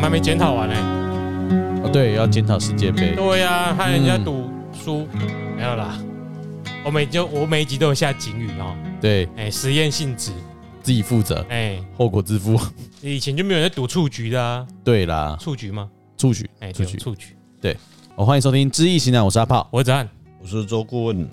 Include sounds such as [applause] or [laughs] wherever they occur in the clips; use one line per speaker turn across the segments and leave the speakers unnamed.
还没检讨完呢、
哦，对，要检讨世界杯。
对呀、害人家赌输，没有啦。我每就我每一集都有下警语哦，
对
哎、实验性质，
自己负责，
哎、
后果自负。 [laughs]
以前就没有人在赌蹴局的啊，
对啦，
蹴局吗？
出局
哎、，
出
对，
局。
蹴局，
我欢迎收听《知易行难》，我是阿炮。
我是子翰。
我是周顾问，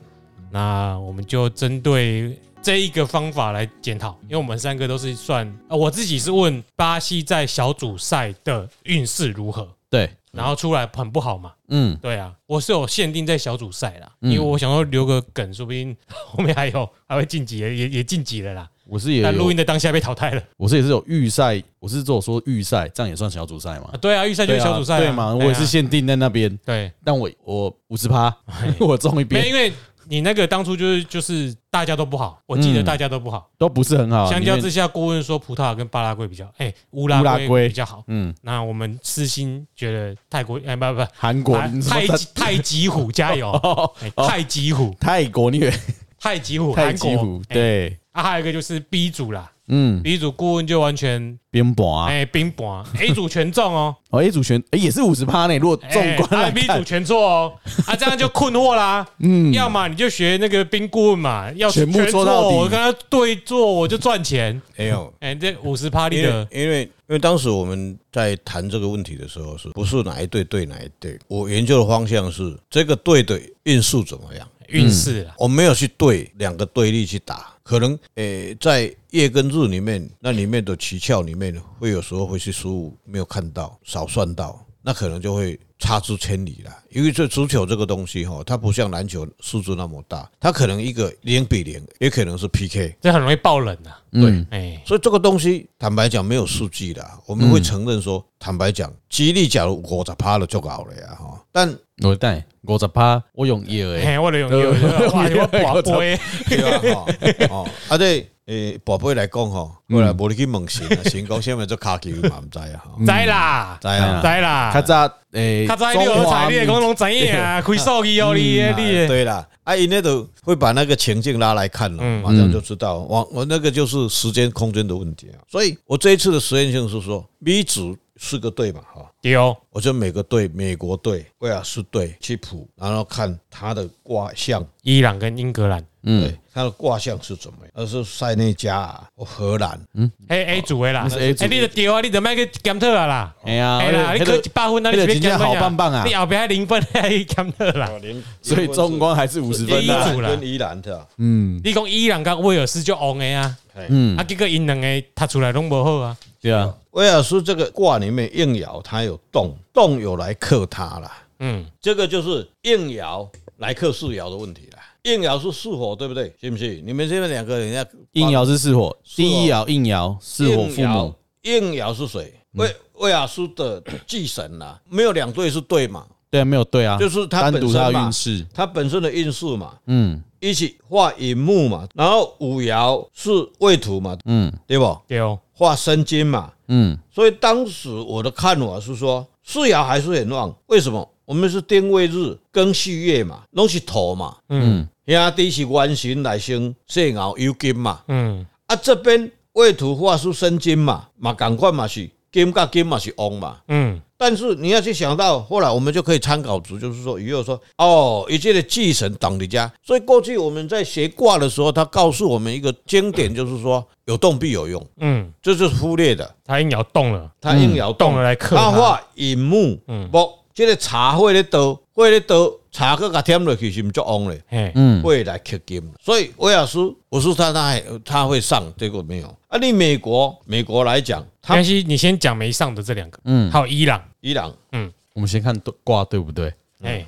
那我们就针对这一个方法来检讨，因为我们三个都是算，呃，我自己是问巴西在小组赛的运势如何，
嗯
对，
然后出来很不好嘛。
嗯，
对啊，我是有限定在小组赛啦，
嗯
因为我想要留个梗，说不定 [laughs] 后面还有还会晋级，也也也晋级了啦。
我是也
但录
有
音，的当下被淘汰了
我是也是有预赛，我是做说预赛，这样也算小组赛嘛
啊。？对啊，预赛就是
对啊
小组赛啊
对嘛？我也是
对啊
限定在那边，
对，
但我我五十趴，我中一
哎没有
边
因为你那个当初就是就是大家都不好，我记得
嗯
大家都不好。
都不是很好啊。
相较
因为
之下，顾问说葡萄牙跟巴拉圭比较，哎，乌
乌拉
拉
圭
圭比较好。
嗯，
那我们私心觉得泰国，哎，不不不，
韩国
啊
你什么
太
在
极太极虎加油，
[laughs] 哦
哎太极虎，
泰国你以为
太极虎，
太
韩
极
国
虎，
哎
对，
啊，还有一个就是 B 组啦
嗯，
，B 组顾问就完全
边博啊，
哎冰盘 A 组全中哦，
哦 A 组全哎也是五十趴呢，如果 [laughs] 纵观
哎啊
来
B 组
看，
全错哦，啊这样就困惑
[laughs]
啦，嗯，要么你就学那个冰顾问嘛，要
全部
做
做到底
我跟他对做我就赚钱，
没有，
哎这五十趴
因
力
为
嗯
的，
因为因为当时我们在谈这个问题的时候，是不是哪一队对哪一队？我研究的方向是这个队的运势怎么样，
运势啦，
我没有去对两个对立去打，可能诶、在月跟日里面，那里面的奇窍里面，会有时候会去失误，没有看到，少算到，那可能就会差之千里啦。因为这足球这个东西哈，它不像篮球数字那么大，它可能一个零比零，也可能是 PK。
这很容易爆冷的，
嗯，
哎
所以这个东西，坦白讲没有数据的，我们会承认说，坦白讲，吉利假如五十趴了就搞了呀哈。但 [laughs]
我带哦五十趴，我用叶诶，
哎我的用有
[laughs]
哇我宝贝，
对啊，吼哦，啊对，诶，宝贝来讲吼，后来无你去问神啊，神讲啥物做骹球嘛，毋知啊，吼
在啦
知啊，
在啦
嗯较。早诶，
他在你
中
有
华嗯
彩，你也
民
讲拢知影
[laughs]
啊，开手机哦，你的你的
对啦，啊，因那都会把那个情境拉来看了，马上就知道，我我那个就是时间空间的问题啊。所以我这一次的实验性是说，B 组四个队嘛，哈，
对哦，
我就每个队，美国队、威尔士队去谱，然后看他的卦象，
伊朗跟英格兰，
嗯，他的卦象是怎么样？而是塞内加尔、荷兰，
嗯
哎 A 组的啦
那是 A 组
哎你就对啊，你就卖去检讨啊啦。
哎呀，
哎啦，你
那
考
个
一百分啊，
那
你
个
是要
真
减
正
分
好
啊
棒棒啊
你后边还零分 [laughs] 还减特啦。
哦
嗯所以纵观还是五十分啊
一
啦。
组啦
跟伊朗的啊，
嗯
你讲伊朗跟威尔士就红的啊，
嗯，
嗯
啊，，结果因两个踢出来拢无好啊。
对啊，
威尔士这个卦里面应爻它有动，动有来克它啦，
嗯，
这个就是应爻来克四爻的问题啦。应爻是是火，对不对？信不信？你们这边两个人家
应爻是巳火，
是哦
第一爻应爻巳火父母，。嗯
应爻应爻是谁？魏魏雅斯的祭神啦，没有两对是对嘛，
对啊，没有对啊，
就是他
单
本
独
身
他的
嘛
运势，
它本身的运势嘛，
嗯
一起画寅木嘛，然后五爻是未土嘛，
嗯
对不？
对哦，
画申金嘛，
嗯，
所以当时我的看法是说，四爻还是很旺，为什么？我们是丁未日、庚戌月嘛，拢是土嘛，
嗯
兄弟是元神来生，世爻有金嘛，
嗯，
啊这边未土画出申金嘛，嘛赶快嘛是金甲金嘛是旺嘛。
嗯，
但是你要去想到，后来我们就可以参考值，就是说，也有说哦，一切的祭神挡你家，所以过去我们在学卦的时候，他告诉我们一个经典，就是说有动必有用，
嗯，
这就是忽略的。
他应要动了，
他硬要
嗯动
动
了来克
他
他。
画银幕，
嗯
木，这个茶火咧倒，火咧倒，茶个甲添落去是毋足旺咧，
嘿，
嗯
会来克金。所以威尔斯，我说他他还他会上，结果没有。啊，你美国美国来讲，他
但是你先讲没上的这两个，
嗯，
还有伊朗，
伊朗
我们先看对卦对不对，
哎，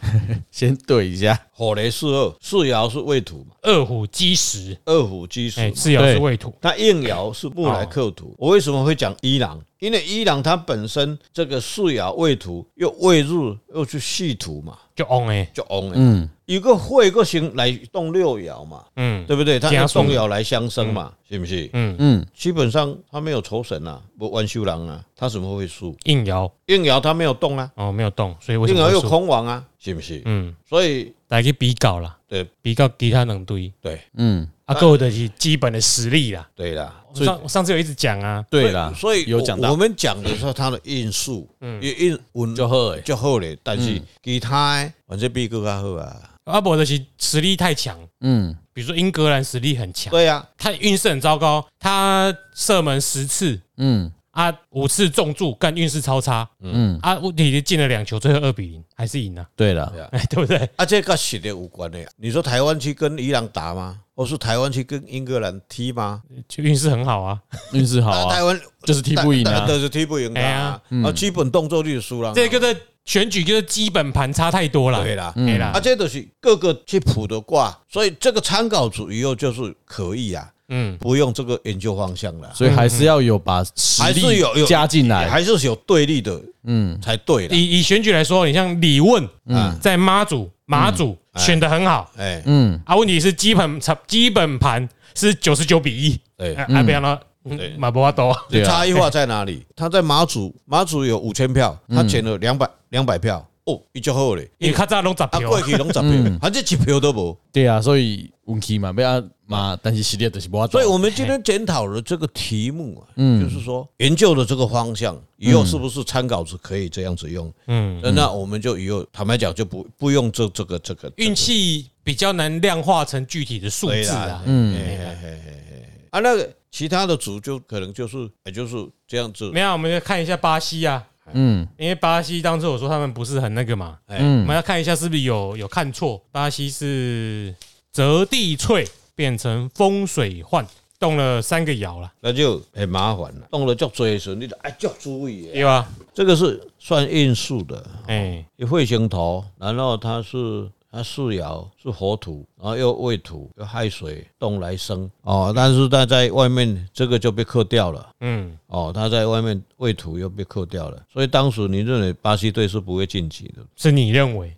先对一下，
火雷四二，四爻是未土嘛，
二虎基石，
二虎基石
哎，
嘛。
自由是未土，
它应爻是木来克
哦
土。我为什么会讲伊朗？因为伊朗它本身这个四爻未土，又未入，又去戌土嘛，
就红诶，
就旺了。
嗯
有个会个行来动六爻嘛，
嗯
对不对？他
加
要
送
动摇来相生嘛，是不是？
嗯，
嗯
基本上他没有仇神啊，不万修郎啊，他怎么会输？
应爻
应爻他没有动啊，
哦没有动，所以为什
应
么
爻
会
有
输？
空亡啊，是不是？
嗯，
所以
来去比较啦，
对
比较其他两队，
对，
嗯，
啊，够得起基本的实力啦。
对啦，
我
所以
上我上次有一直讲啊，
对啦，
所以
有讲
我我
到
们讲的时候，它的运数，嗯，也运稳
就好嗯诶，
就好嘞，但是其他的反正比更加好啊。
阿伯的其实力太强，
嗯，
比如说英格兰实力很强，
对啊呀，
他运势很糟糕，他射门十次
嗯
啊五次中柱，干运势超差
嗯，
啊，问题进了两球，最后二比零还是赢了，
对了，
哎， [laughs] 对不对？
啊，这个实力无关的。你说台湾去跟伊朗打吗？或是台湾去跟英格兰踢吗？
就运势很好啊，
运势好
啊，台
啊，
湾
就是踢不赢啊嗯
都是踢不赢的
哎
啊
呀。
啊，基本动作就输了。
这个的选举就是基本盘差太多了，
对啦，
嗯
对啦哎
啊，，这都是各个去谱的卦，所以这个参考组以后就是可以啊，
嗯，
不用这个研究方向了，
所以还是要有把实
还是
力
有有
加进来，
还是有对立的，嗯，才对啦。
以以选举来说，你像李问
嗯
在妈祖马祖选的很好
哎，
嗯，
啊，问题是基本差基本盘是九十九比一，
对，
啊啊，不要了，
对
马博多，
对啊
哎差异化在
[laughs]
哪里？他在马祖，马祖有五千票，他捡了两百两百票，哦，伊就好嘞，
你看这拢十
啊，
嗯票嗯
过，去拢十票，反正一票都无。
对啊，所以运气嘛，不要嘛，但是实力就是无法做
所以，我们今天检讨的这个题目啊，
嗯
就是说研究的这个方向，以后是不是参考是可以这样子用？
嗯，
那那我们就以后坦白讲，就不不用这这个这个
运气比较难量化成具体的数
对
字
啦
啊，，
嗯，嘿嘿嘿嘿嘿啊，那个其他的组就可能就是也就是这样子，
没有，我们就看一下巴西啊，
嗯
因为巴西当初我说他们不是很那个嘛，我
嗯
们要看一下是不是有有看错。巴西是折地翠变成风水患，动了三个爻了，
那就很麻烦了。动了足多的时候，你就哎足注意的。
对啊吧？
这个是算运数的，
哎，
彗星头，然后它是它是爻是火土，然后又未土又亥水动来生哦，但是它在外面这个就被克掉了
嗯，
哦，它在外面未土又被克掉了，所以当时你认为巴西队是不会晋级的，
是你认为？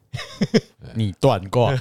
你断
[laughs]
卦，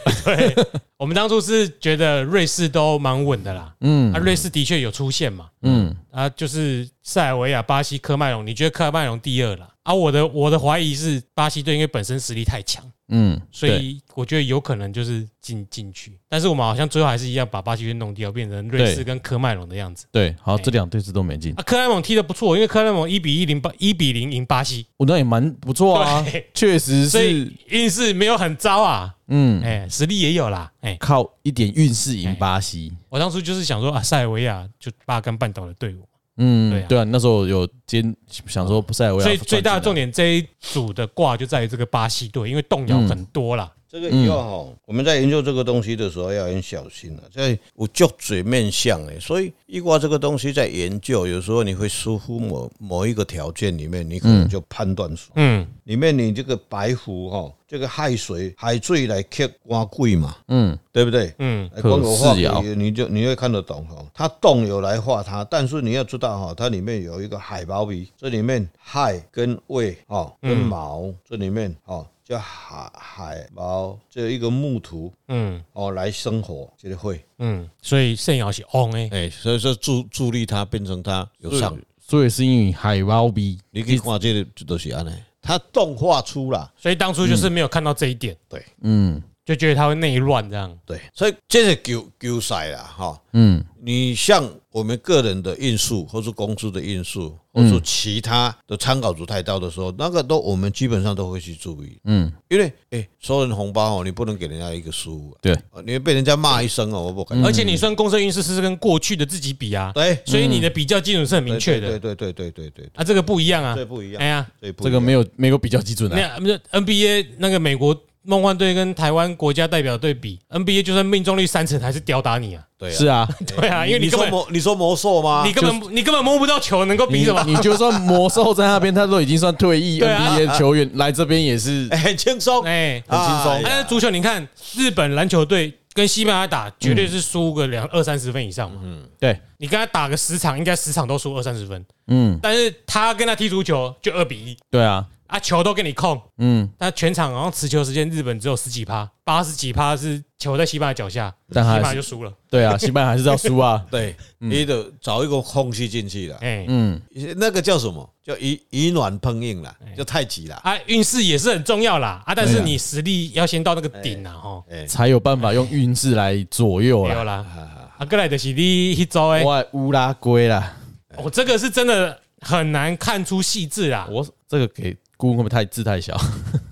我们当初是觉得瑞士都蛮稳的啦，
嗯
啊，瑞士的确有出现嘛，
嗯
啊，就是塞尔维亚、巴西、科麦隆，你觉得科麦隆第二啦？啊，我的我的怀疑是巴西队因为本身实力太强，
嗯，
所以我觉得有可能就是进进去，但是我们好像最后还是一样把巴西队弄掉，变成瑞士
对
跟科麦隆的样子。
对，对好，
哎
这两对字都没进，
啊，克莱蒙踢的不错，因为克莱蒙一比一零巴一比零赢巴西，
我那也蛮不错啊
对，
确实
所
是
以，运势没有很糟啊，
嗯，
哎、实力也有啦，哎、
靠一点运势赢巴西，
我当初就是想说啊，塞尔维亚就巴根半岛的队伍，对
嗯
啊，
对啊，那时候有兼想说不塞维亚，
所以最大的重点这一组的挂就在于这个巴西队，因为动摇很多啦，
这个以后哈、嗯我们在研究这个东西的时候要很小心了、啊，在有足嘴面相诶，所以易卦这个东西在研究，有时候你会疏忽某某一个条件里面，你可能就判断错。
嗯
里面你这个白虎哈、这个亥水海水来克官贵嘛，
嗯，
对不对？
嗯，
哎光有画
可
给你就你会看得懂哦。它动有来画它，但是你要知道哈，它里面有一个海毛笔，这里面亥跟未哦跟卯，这里面哦叫海海毛，这一个木图
嗯
哦来生活，这个会
嗯，所以圣瑶是 on 哎、
哎，所以说助助力它变成它有上，
所以是因为海猫逼，
你可以看这个这都是安呢，它动画出了。
所以当初就是没有看到这一点，
对
嗯
就觉得他会内乱这样，
对，所以这是球球赛啦，哈、
嗯
你像我们个人的因素，或是公司的因素，或是其他的参考值太高的时候，那个都我们基本上都会去注意，
嗯，
因为诶，收人红包哦，你不能给人家一个失误、
对，
啊，你会被人家骂一声哦，我不敢。
而且你算公社运势是跟过去的自己比啊，
对，
所以你的比较基准是很明确的，
对对对对对对对，
啊，这个不一样啊
这，不一样
哎，呀。
这不一
这
样
个没有没有比较基准
那
啊，
样不是 NBA 那个美国梦幻队跟台湾国家代表队比，NBA 就算命中率三成，还是吊打你啊！
对啊
是
[laughs]
啊，
对啊，因为你
你
根
说
本
啊魔你说魔兽吗？
你根本你根本摸不到球，能够比
你
什么？
你就算魔兽在那边，他都已经算退役
啊 [laughs] 对啊
NBA 球员，来这边也是
哎很轻松，
哎，
很轻松，
哎
啊
但是足球你看，日本篮球队跟西班牙
嗯
打，绝对是输个两二三十分以上嘛。
对，
你跟他打个十场，应该十场都输二三十分，
嗯，
但是他跟他踢足球就二比一
对啊，
啊，球都给你控，
嗯，
但全场好像持球时间日本只有十几趴，八十几趴是球在西班牙脚下，西
但他还
班
是
牙就输了。
对啊，西班牙还是要
[laughs]
输啊
对，你得找一个空隙进去的，
哎，
嗯，
那个叫什么？叫以以暖碰硬了，就太极了。
啊，运势也是很重要啦啊，但是你实力要先到那个顶啊，吼，
哎，
才有办法用运势来左右
没有
啦，
啦，
哈哈哈
啊，过来的是你一周哎，
我的乌拉圭啦，
我这个是真的很难看出细致啊，
我这个给顾问会不会太字太小？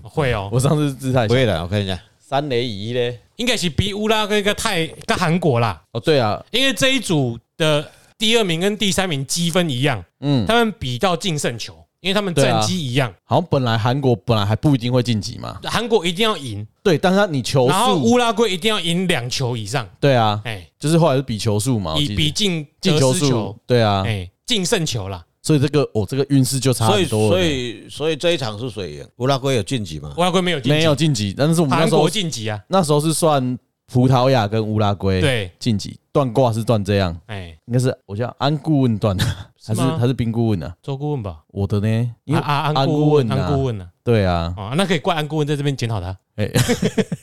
会哦，
我上次字太
不
小。
会的，我看一下，
三雷一嘞？
应该是比乌拉圭跟泰跟韩国啦，
哦，对啊，
因为这一组的第二名跟第三名积分一样，
嗯，
他们比到净胜球，因为他们
对啊啊
战绩一样，
好像本来韩国本来还不一定会晋级嘛，
韩国一定要赢，
对，但是他你球
然后
数，
乌拉圭一定要赢两球以上，
对啊，
哎，
就是后来是比球数嘛，我
以
记得
比进
哦进
得
球
失
数，，对啊，
哎，净胜球啦，
所以这个我、哦、这个运势就差
所以
很多了，
所以所以这一场是谁赢？乌拉圭有晋级吗？
乌拉圭没有晋级
没有晋级，但是我们那
韩
时候
国晋级啊，
那时候是算葡萄牙跟乌拉圭
对，
晋级，断卦是断这样，
哎，
应该是我叫安顾问断的，还是
吗
还是冰顾问啊？
周顾问吧，
我的呢？因
啊
为
啊，安
安
顾问，安
啊
顾，问呢？
对啊，
哦，那可以怪安顾问在这边检讨他。
哎 [laughs]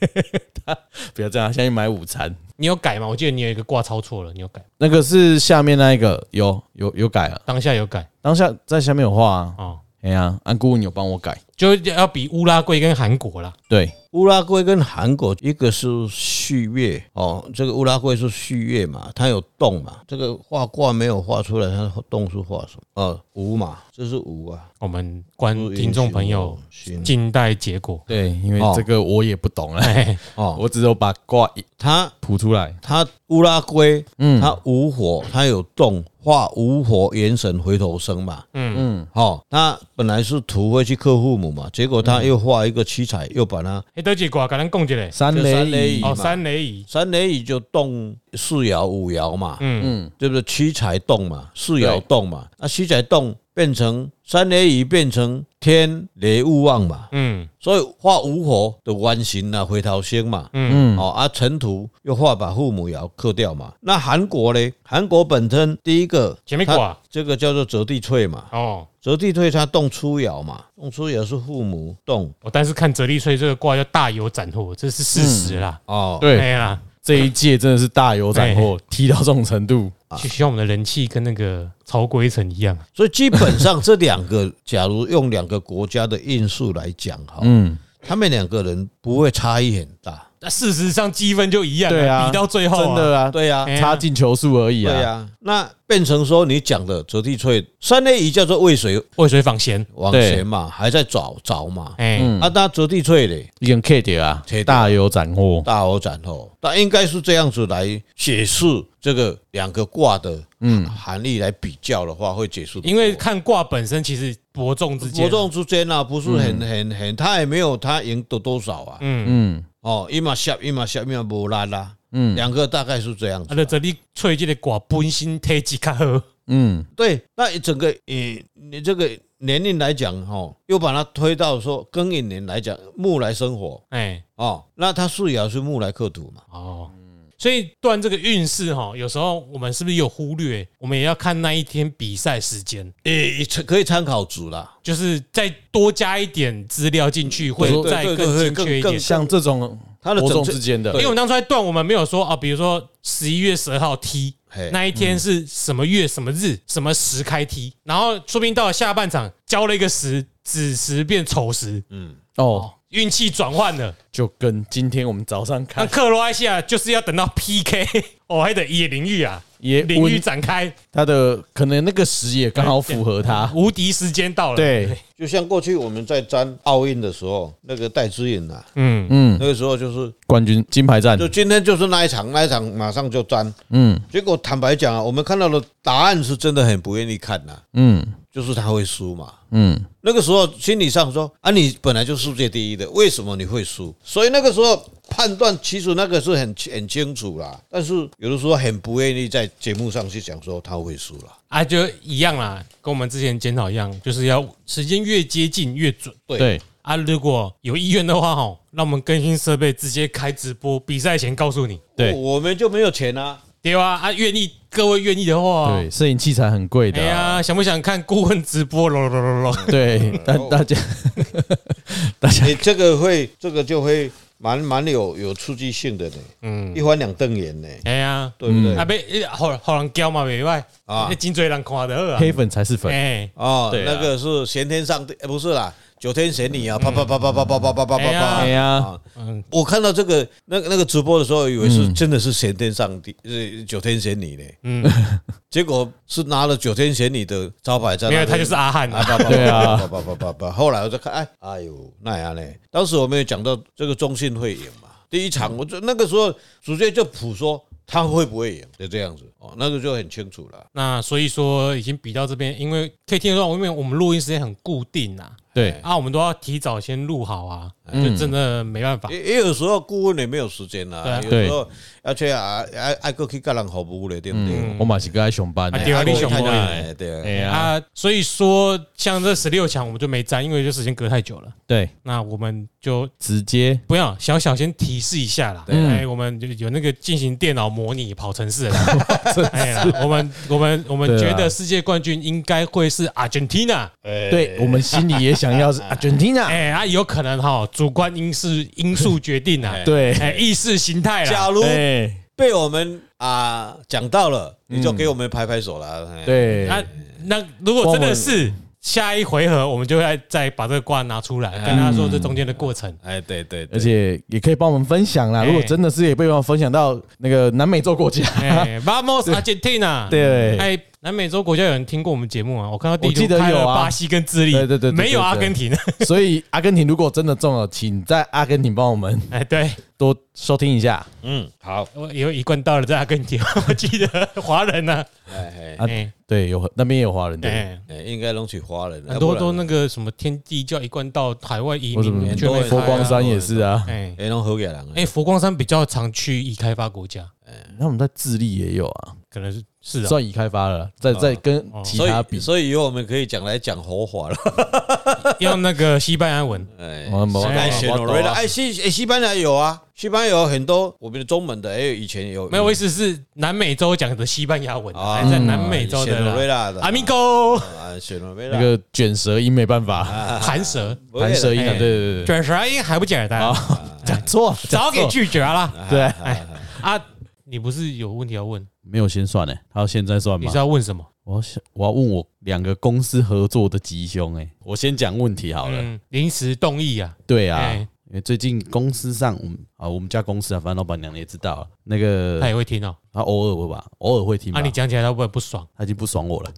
不要这样，现在买午餐。
你有改吗？我记得你有一个挂抄错了，你有改，
那个是下面那一个有有有改了，
当下有改
当下在下面有画啊，
哦，
哎呀，安顾问有帮我改，
就要比乌拉圭跟韩国啦。
对，
乌拉圭跟韩国，一个是续月哦，这个乌拉圭是续月嘛，它有动嘛，这个画卦没有画出来，它动是画什么？哦，无嘛，这是无啊。
我们观听众朋友
哦
行
近代结果， [laughs]
对，因为
哦
这个我也不懂了，
哎，
哦，
我只有把卦一
它
谱出来。
它乌拉圭，
嗯
它无火，它有动，画无火元神回头生嘛。
嗯，
嗯，
哦，那本来是土会去克父母嘛，结果他又画一个七彩，又把它
哎，德几卦跟咱共一嘞，
三
就三雷
雷
仪
仪
哦，
嘛
三雷仪，
三雷雨就动四爻五爻嘛。
嗯，
嗯，
对不对？七彩动嘛，四爻
对
动嘛，那七彩动变成三雷雨，变成天雷勿忘嘛，
嗯
所以画无火的弯形啊，回头星嘛。
嗯
哦啊，尘土又画把父母爻克掉嘛。那韩国呢？韩国本身第一个
前面卦
它这个叫做折地退嘛，
哦，
折地退它动初爻嘛，动初爻是父母动
我哦但是看泽利翠这个卦要大有斩获，这是事实啦。
哦，
哎
嗯对，
呀，
这一届真的是大有斩
哎
获，踢到这种程度，
就希望我们的人气跟那个曹圭成一样，啊
所以基本上这两个，假如用两个国家的因素来讲哈，
嗯，
他们两个人不会差异很大。
但事实上积分就一样，
对啊
比到最后啊
真的啊，
对呀、
哎呀
差进球数而已
对呀、
啊，
那变成说你讲的折地翠三类鱼叫做渭水
渭水访贤，
往前嘛，还在找找嘛。
哎，
嗯
啊，那折地翠嘞，
已经 K 掉啊
切，掉
大有斩获，
大鹅展后，那应该是这样子来解释这个两个卦的嗯含义来比较的话，会解释得
因为
多。
看卦本身其实伯仲之间，
伯仲之间啊，不是很很很，他也没有他赢得多少啊。
嗯，
嗯
哦，一马下一马下一马无拉啦，
嗯
两个大概是这样子
啊，
啊。
就这里吹这个卦本身体质较好，
嗯，
对，那整个以你这个年龄来讲，哦，又把它推到说庚寅年来讲，木来生火
哎，
哦，那它四爻是木来克土嘛，
哦，所以断这个运势哈，有时候我们是不是有忽略？我们也要看那一天比赛时间，
诶、可以参考值啦。
就是再多加一点资料进去，会
嗯对
再
对对
更
对
精确一
更
点。
像这种
它的
伯
整
仲
治
之间的
因，为我们当初在断，我们没有说啊，比如说十一月十二号踢
嘿嗯
那一天是什么月、什么日、什么时开踢，然后说不定到了下半场交了一个十，子时变丑时，
嗯
哦，
运气转换了。
就跟今天我们早上
哎
那
看
克罗埃西亚就是要等到 PK，哦， [laughs] 还得野领域啊，
也
领域
温
展开，
他的可能那个时也刚好符合他，
无敌时间到了。，
对，
就像过去我们在沾奥运的时候，那个戴资颖啊，
嗯，
嗯，
那个时候就是
冠军金牌战
就，今天就是那一场，那一场马上就沾。
嗯
结果坦白讲啊，我们看到的答案是真的很不愿意看呐、
嗯
就是他会输嘛。
嗯，
那个时候心理上说啊，你本来就世界第一的，为什么你会输？所以那个时候判断其实那个是很很清楚啦，但是有的时候很不愿意在节目上去讲说他会输啦。
啊，就一样啦，跟我们之前检讨一样，就是要时间越接近越准
对
对，
啊。如果有意愿的话，吼，让我们更新设备，直接开直播，比赛前告诉你，
对
我我们就没有钱啊，
对吧？啊，愿意，各位愿意的话，
对，，摄影器材很贵
啊
的
哎
啊、
呀，想哦不想看顾问直播？咯咯咯咯咯，
对，但大家大家
[laughs] 你这个会这个就会蛮蛮有有刺激性的呢，
嗯，
一翻两瞪眼呢，
哎呀，
对不对？
啊，被好好人教嘛，袂歹
啊
啊，真侪人看得好啊，
黑粉才是粉，
哎，
哦，
对啊
那个是先天上帝，呃不是啦，九天玄女啊，啪啪啪啪啪啪啪啪啪
嗯
啪
哎呀
啪
哎
呀
啊！
嗯，
我看到这个那个那个直播的时候，以为是真的是玄天上帝，是九天玄女呢。嗯，结果是拿了九天玄女的招牌在那
没
边，
有，他就是阿汉
[laughs]
啊，
啊。
叭叭叭
对啊
叭叭叭叭叭。后来我再看，哎，哎呦，那样嘞。当时我们有讲到这个中信会赢嘛，第一场我就那个时候直接就普说他会不会赢，就这样子哦，那个就很清楚了。
那所以说已经比到这边，因为可以听得到，因为我们录音时间很固定啊，
对，
啊，我们都要提早先录好啊，就
嗯
真的没办法。
也也有时候顾问也没有时间
对
啦
啊，
有时候要去啊，爱爱过去跟人服务嘞，对不对？
我嘛是个爱上班
嗯啊对啊
的，
你上班
哎对
哎
啊，
呀，
啊，所以说像这十六强我们就没沾，因为这时间隔太久了。
对，
那我们就
直接
不要小小先提示一下啦，哎，我们就有那个进行电脑模拟跑城市的啦，哎呀，我们我们我们
对啊啊
觉得世界冠军应该会是 Argentina，
对我们心里也想要是 Argentina，
哎哎啊，有可能哈，主观因素因素决定啊，
对，
哎，意识形态啦
假，如
哎，
被我们啊讲到了，你就给我们拍拍手啦。哎，
嗯对，
那那如果真的是下一回合，我们就会再把这个卦拿出来，
嗯
跟他说这中间的过程。
哎对对，
而
对
且也可以帮我们分享啦。
哎
如果真的是也被我们分享到那个南美洲国家，
哎，Vamos Argentina！
嗯对
哎，南美洲国家有人听过我们节目啊？我看到地
我记
图
得
开
有
了
啊
巴西跟智利，
对对对对对
没有阿根廷。
[laughs] 所以阿根廷如果真的中了，请在阿根廷帮我们
哎，对，
多收听一下。
嗯好，
我有一贯到了在阿根廷， [laughs] 我记得华人呢，
哎
啊
哎
对，有那边也有华人对，
哎，
哎哎，应该拢去华人，
很
要不
多
然
都那个什么天地教一贯到海外移
或者
民，
全
就
部
没
人
差
佛
啊
光山也是啊。
哎
哎拢好野人哎
哎，佛光山比较常去已开发国家，
那我们在智利也有啊，
可能是是啊，哦
算已开发了，再再跟其
所
他
以
比，
所以以后我们可以讲来讲活法了。
用那个西班牙文。
哎
我们
哎
该选
我
了。
我
哎，西哎西班牙有啊，西班牙有很多我们的中文的，也有以前有
没有，我意思是南美洲讲的西班牙文，
啊
还在南美洲的啦。啊
嗯的
阿米狗
啊，选了没
那个卷舌音没办法，
弹舌，
弹舌音啊，
哎
对啊 [laughs] 对对对，
卷舌音还不简单，
讲错了，
[laughs] 早
讲错
给
了
拒绝了
对，
啊！你不是有问题要问？
没有先算呢，还要现在算
你
吗
是？要问什么？
我要想我要问我两个公司合作的吉凶，哎，我先讲问题好了。
嗯，临时动议啊，
对啊，
哎
因为最近公司上，我们啊，我们家公司啊，反正老板娘也知道了，那
他
个
也会听哦。
她偶尔会吧，偶尔会听吧
啊，，你讲起来他会不会不爽？
她已经不
[laughs]
爽我了。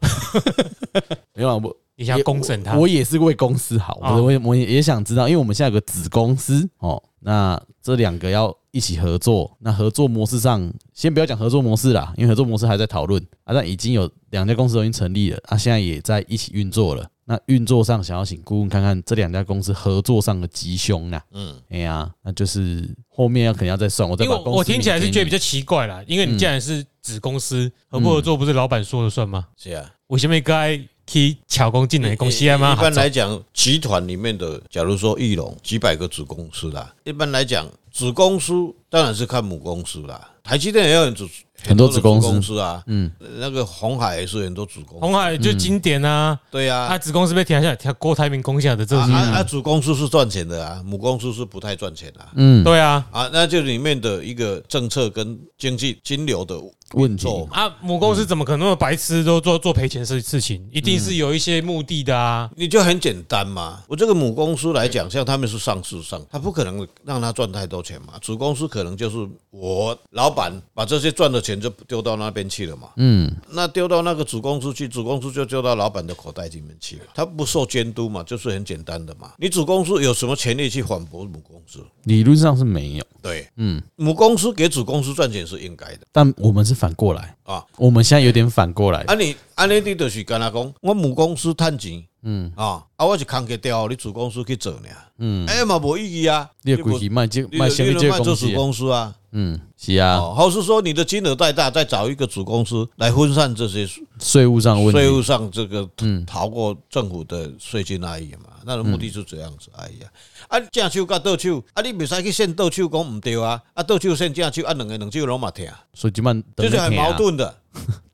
没有啊，我
你想要公审他
我？我也是为公司好，
哦
我我也我也想知道，因为我们现在有个子公司哦，那这两个要一起合作，那合作模式上，先不要讲合作模式啦，因为合作模式还在讨论啊，但已经有两家公司都已经成立了，啊，现在也在一起运作了。那运作上，想要请顾问看看这两家公司合作上的吉凶啊。
嗯，
哎呀，那就是后面要可能要再算，我再
因为
把
我
公司嗯
我听起来是觉得比
较
较奇怪啦，因为你既然是子公司，
嗯
合不合作不是老板说了算吗？
是啊，
我前面该去巧工进来公司啊吗？
一般来讲，集团里面的，假如说翼龙几百个子公司啦，一般来讲，子公司当然是看母公司啦。台积电也有很子
很多子公司
公司啊，
嗯，
那个红海也是很多子公司，
红海就经典
嗯
啊，
对呀、
啊，子公司被停下来，停郭台铭攻下的这
啊
是
啊啊！主公司是赚钱的啊，母公司是不太赚钱啊。
嗯
对啊
啊，那就里面的一个政策跟经济金流的
问题
做嘛。
啊，母公司怎么可能那么白痴都做做赔钱事事情？一定是有一些目的的啊。
你就很简单嘛。我这个母公司来讲，像他们是上市上，他不可能让他赚太多钱嘛。子公司可能就是我老板把这些赚的钱就丢到那边去了嘛。
嗯，
那丢到那个子公司去，子公司就丢到老板的口袋里面去了。他不受监督嘛，就是很简单的嘛。你子公司有什么权利去反驳母公司？
理论上是没有，
对，嗯，母公司给子公司赚钱是应该的。
但我们是反过来
啊，
我们现在有点反过来，
啊你，啊你你就是跟他讲，我母公司趁钱，嗯啊，啊我是空给掉，你子公司去做呢，嗯，哎嘛无意义啊，
你
你
的
不
规矩卖这
你
卖先
你
这
能
个
卖
公
做
司
子
的，
公司啊，
嗯，是啊，
哦，或是说你的金额太大，再找一个子公司来分散这些
税务上的问
税务
题，嗯
上这个逃过政府的税金而已嘛，那个目的是这样子而已啊。啊，正手甲倒手，啊你袂使去限倒手讲唔对啊，啊倒手限正手，啊两个两手拢嘛疼，
所以就慢，
这是很
啊
矛，
[laughs]
盾的，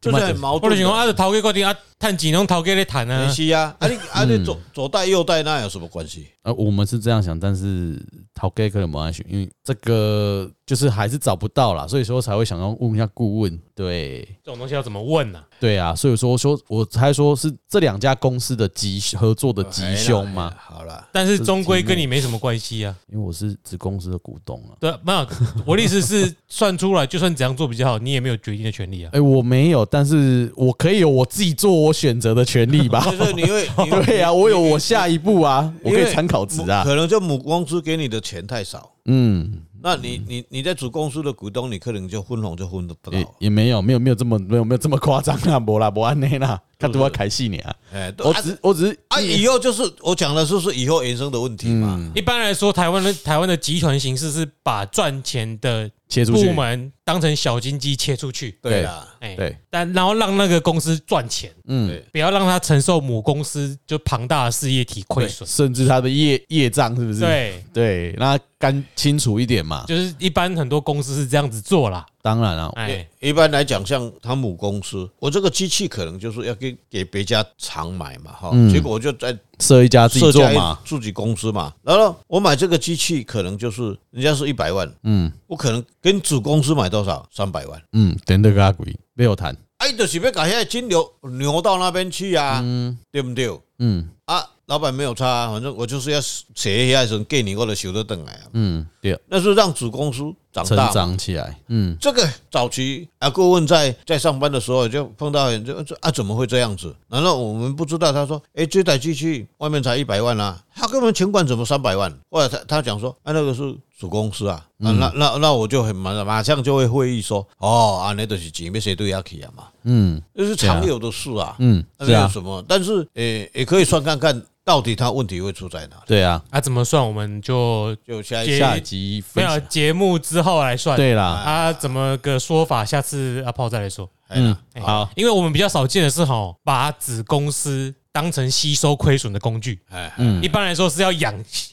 这是很矛
或
盾
者
的
情。
哎
况啊，头家决定啊，探几能头家来谈
没
啊。
是啊，啊你
嗯
啊你左左带右带那有什么关系？
啊呃，我们是这样想，但是陶 gay 可能不安全，因为这个就是还是找不到啦，所以说才会想要问一下顾问。对，
这种东西要怎么问呢、
对啊，所以说说我才说是这两家公司的吉合作的吉凶
哎
嘛
呀，好啦，
但是终归跟你没什么关系啊。
因为我是子公司的股东啊。
对，没有，我的意思是算出来，就算怎样做比较好，你也没有决定的权利啊。
哎、我没有，但是我可以有我自己做我选择的权
[laughs]
利吧？
就是你会，你
[laughs]
会
对啊，我有我下一步啊，我可以参考值啊。
可能就母公司给你的钱太少，
嗯，
那你你你在子公司的股东，你可能就分红就分得不
也
到。
也没有，没有没有这么没有没有这么夸张啊， [laughs] 没啦，没安内啦，看多要开戏你啊。
哎，都
我
啊
只我只是嗯
啊，以后就是我讲的就是以后衍生的问题嘛。
一般来说，台湾的台湾的集团形式是把赚钱的
切出去
部，门当成小金鸡切出去，
对啊啦，
哎，
对，
但然后让那个公司赚钱，
嗯，
对
不要让它承受母公司就庞大的事业体亏损。
甚至他的业业障是不是？
对，
对，那干清楚一点嘛。
就是一般很多公司是这样子做啦。
当然啊了、
哎，
一般来讲，像他母公司，我这个机器可能就是要给给别家厂买嘛，哈，
嗯
结果我就在
设一家自己
设
做
家
嘛，
自己公司嘛，然后我买这个机器可能就是人家是一百万，
嗯
我可能跟子公司买多少三百万，
嗯，等等个阿鬼没有谈，
哎，就是要把现在金流流到那边去啊，对不对？
嗯
啊，老板没有差、啊，反正我就是要写一下时候给你，我就修得等来啊。
嗯，对，
那是让子公司长
成
大嘛。
长起来，嗯
这个早期啊，顾问在在上班的时候就碰到人就说啊，怎么会这样子？难道我们不知道？他说，哎，这台机器外面才一百万啊，他根本钱管怎么三百万？后来他他讲说，啊，那个是子公司啊，啊那那那我就很马马上就会会议说，哦，啊，那都是钱，没谁对要去啊嘛，
嗯
这是常有的事啊，
嗯，
那
是
没有
啊，
什么，但是也也可以算看看到底他问题会出在哪里。
对啊，
啊，怎么算我们就
就下一
接
下
下一集
没
分
有
享。
节目之后来算。
对啦，
啊，怎么个说法？下次阿炮再来说。
嗯
嗯，，
好，
因为我们比较少见的是哈，把子公司当成吸收亏损的工具。
哎，
一般来说是要养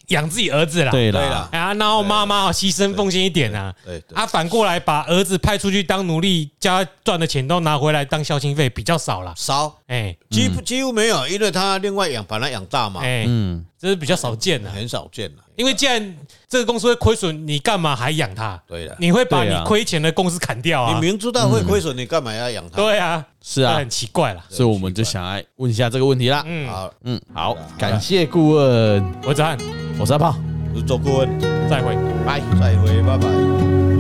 养自己儿子啦。
对
对
啦
啦，
啊，然后妈妈哦牺牲奉献一点啊。
对对
啊，反过来把儿子派出去当奴隶，家赚的钱都拿回来当孝心费比较少啦。
少
哎
几乎几乎没有，因为他另外养把它养大嘛，
哎，
嗯，
这是比较少见的。
很少见了。
因为既然这个公司会亏损，你干嘛还养它？
对的，
你会把
对
你
啊
亏钱的公司砍掉
你
啊？
明知道会亏损，你干嘛要养它？
对啊，
是啊
那，很奇怪啦。
所以我们就想来问一下这个问题啦。
嗯，
好，
嗯，好，感谢顾问，
我子翰，
我是阿炮。
我是周顾问，
再会。
拜，再会，拜拜。